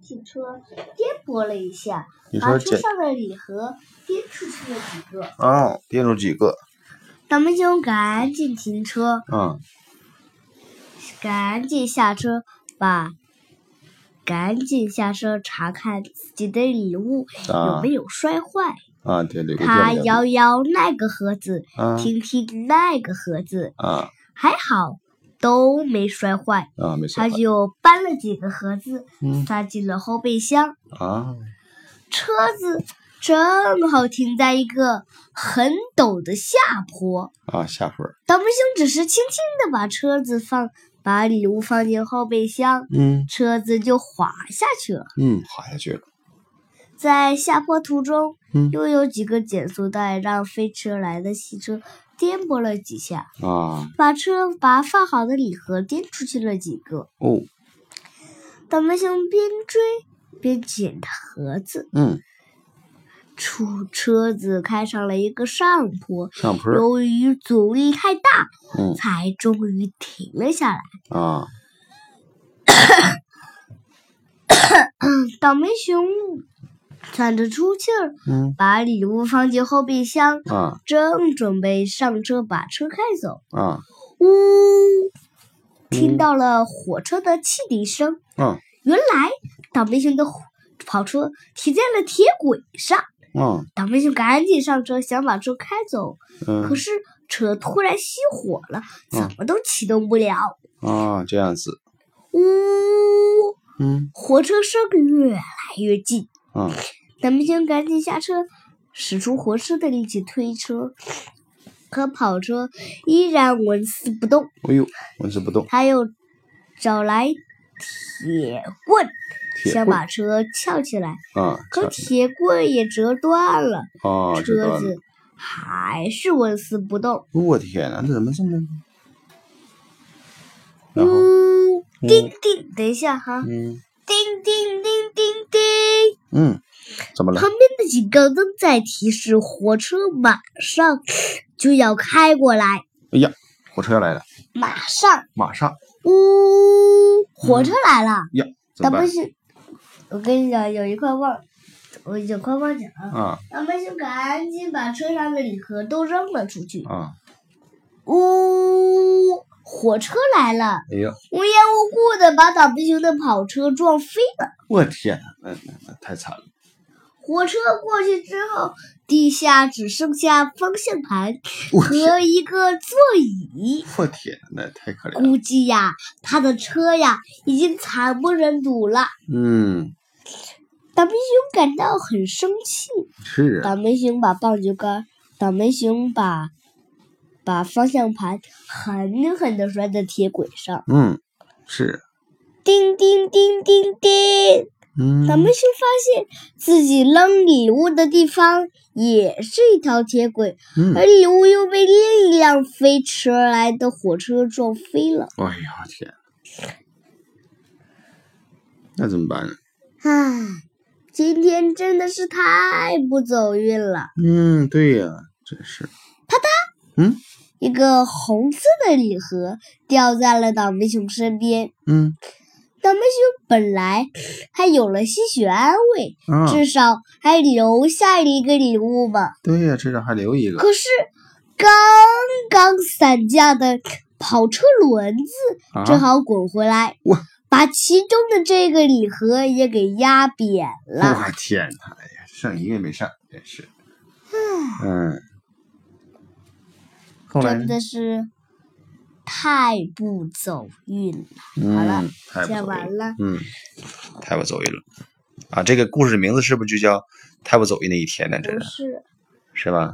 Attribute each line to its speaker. Speaker 1: 汽车颠簸了一下，
Speaker 2: 你
Speaker 1: 把
Speaker 2: 说
Speaker 1: 车
Speaker 2: 这
Speaker 1: 上的礼盒颠出去了几个。
Speaker 2: 哦，憋住几个？
Speaker 1: 小民警赶紧停车，
Speaker 2: 嗯，
Speaker 1: 赶紧下车，把赶紧下车查看自己的礼物有
Speaker 2: 啊
Speaker 1: 没有摔坏。
Speaker 2: 啊，对，李逵
Speaker 1: 他
Speaker 2: 店里
Speaker 1: 摇摇那个盒子，
Speaker 2: 啊
Speaker 1: 听听那个盒子，
Speaker 2: 啊
Speaker 1: 还好都没摔坏。
Speaker 2: 啊，没事
Speaker 1: 他就搬了几个盒子，
Speaker 2: 嗯
Speaker 1: 塞进了后备箱。
Speaker 2: 啊，
Speaker 1: 车子正好停在一个很陡的下坡。
Speaker 2: 啊，下回儿，
Speaker 1: 导木星只是轻轻的把车子放，把礼物放进后备箱，
Speaker 2: 嗯
Speaker 1: 车子就滑下去了。
Speaker 2: 嗯，滑下去了，
Speaker 1: 在下坡途中，
Speaker 2: 嗯
Speaker 1: 又有几个减速带让飞驰而来的汽车颠簸了几下，
Speaker 2: 啊，
Speaker 1: 把车把放好的礼盒颠出去了几个。
Speaker 2: 哦，
Speaker 1: 倒霉熊边追边捡盒子，
Speaker 2: 嗯，
Speaker 1: 出车子开上了一个上坡，
Speaker 2: 上坡儿，
Speaker 1: 由于阻力太大，
Speaker 2: 嗯
Speaker 1: 才终于停了下来。
Speaker 2: 啊，
Speaker 1: 倒霉熊喘着粗气儿，
Speaker 2: 嗯
Speaker 1: 把礼物放进后备箱，
Speaker 2: 啊
Speaker 1: 正准备上车把车开走，
Speaker 2: 啊嗯
Speaker 1: 呜，听到了火车的汽笛声。
Speaker 2: 啊
Speaker 1: 原来倒霉熊的火跑车停在了铁轨上，
Speaker 2: 啊，
Speaker 1: 倒霉熊赶紧上车想把车开走，
Speaker 2: 嗯
Speaker 1: 可是车突然熄火了，
Speaker 2: 嗯
Speaker 1: 怎么都启动不了。
Speaker 2: 啊，这样子，
Speaker 1: 呜，
Speaker 2: 嗯
Speaker 1: 火车声越来越近。
Speaker 2: 啊
Speaker 1: 咱们先赶紧下车，使出浑身的力气推车，可跑车依然纹丝不动。
Speaker 2: 哎呦，纹丝不动，
Speaker 1: 他又找来铁棍，
Speaker 2: 铁
Speaker 1: 想
Speaker 2: 棍
Speaker 1: 把车撬起来，
Speaker 2: 啊，
Speaker 1: 可铁棍也折断了，
Speaker 2: 啊，知道
Speaker 1: 车
Speaker 2: 了
Speaker 1: 子，还是纹丝不动。
Speaker 2: 我天哪，这怎么这么？然后，
Speaker 1: 呜，
Speaker 2: 嗯
Speaker 1: 叮叮，等一下哈，
Speaker 2: 嗯
Speaker 1: 叮叮叮叮叮。
Speaker 2: 嗯，怎么了
Speaker 1: 旁？边的警告灯在提示火车马上就要开过来，
Speaker 2: 哎呀，火车要来了，
Speaker 1: 马上，
Speaker 2: 马上
Speaker 1: 呜，火车来了。
Speaker 2: 呀，嗯怎
Speaker 1: 咱
Speaker 2: 么办
Speaker 1: 们？是，我跟你讲，有一块忘，我有块忘讲了。
Speaker 2: 啊
Speaker 1: 咱们就赶紧把车上的礼盒都扔了出去。
Speaker 2: 啊，
Speaker 1: 呜，火车来了，
Speaker 2: 哎呀，
Speaker 1: 无缘无故的把倒霉熊的跑车撞飞了。
Speaker 2: 我天哪，那那那太惨了
Speaker 1: 火车过去之后，地下只剩下方向盘
Speaker 2: 我
Speaker 1: 和一个座椅。
Speaker 2: 我天哪，那太可怜了。
Speaker 1: 估计呀，他的车呀已经惨不忍睹了。
Speaker 2: 嗯，
Speaker 1: 倒霉熊感到很生气。
Speaker 2: 是啊，
Speaker 1: 倒霉熊把棒球杆，倒霉熊把把方向盘狠狠地摔在铁轨上。
Speaker 2: 嗯，是，
Speaker 1: 叮叮叮叮叮！
Speaker 2: 嗯，
Speaker 1: 倒霉熊发现自己扔礼物的地方也是一条铁轨，
Speaker 2: 嗯，
Speaker 1: 而礼物又被另一辆飞驰而来的火车撞飞了。
Speaker 2: 哎呀天，那怎么办呢？
Speaker 1: 唉，今天真的是太不走运了。
Speaker 2: 嗯，对呀，真是，
Speaker 1: 一个红色的礼盒掉在了倒霉熊身边，
Speaker 2: 嗯
Speaker 1: 倒霉熊本来还有了些许安慰，
Speaker 2: 啊，
Speaker 1: 至少还留下了一个礼物嘛。
Speaker 2: 对呀，至少还留一个，
Speaker 1: 可是刚刚散架的跑车轮子
Speaker 2: 啊，
Speaker 1: 正好滚回来，
Speaker 2: 哇
Speaker 1: 把其中的这个礼盒也给压扁了。
Speaker 2: 我天哪，哎呀，剩一个也没上，真是，嗯，后来
Speaker 1: 真
Speaker 2: 呢，
Speaker 1: 的是太不走运了。好了
Speaker 2: 嗯，太
Speaker 1: 讲
Speaker 2: 不走运了
Speaker 1: 完了，
Speaker 2: 嗯，太不走运了啊！这个故事的名字是不是就叫《太不走运的一天》呢？这
Speaker 1: 不是。
Speaker 2: 是吧？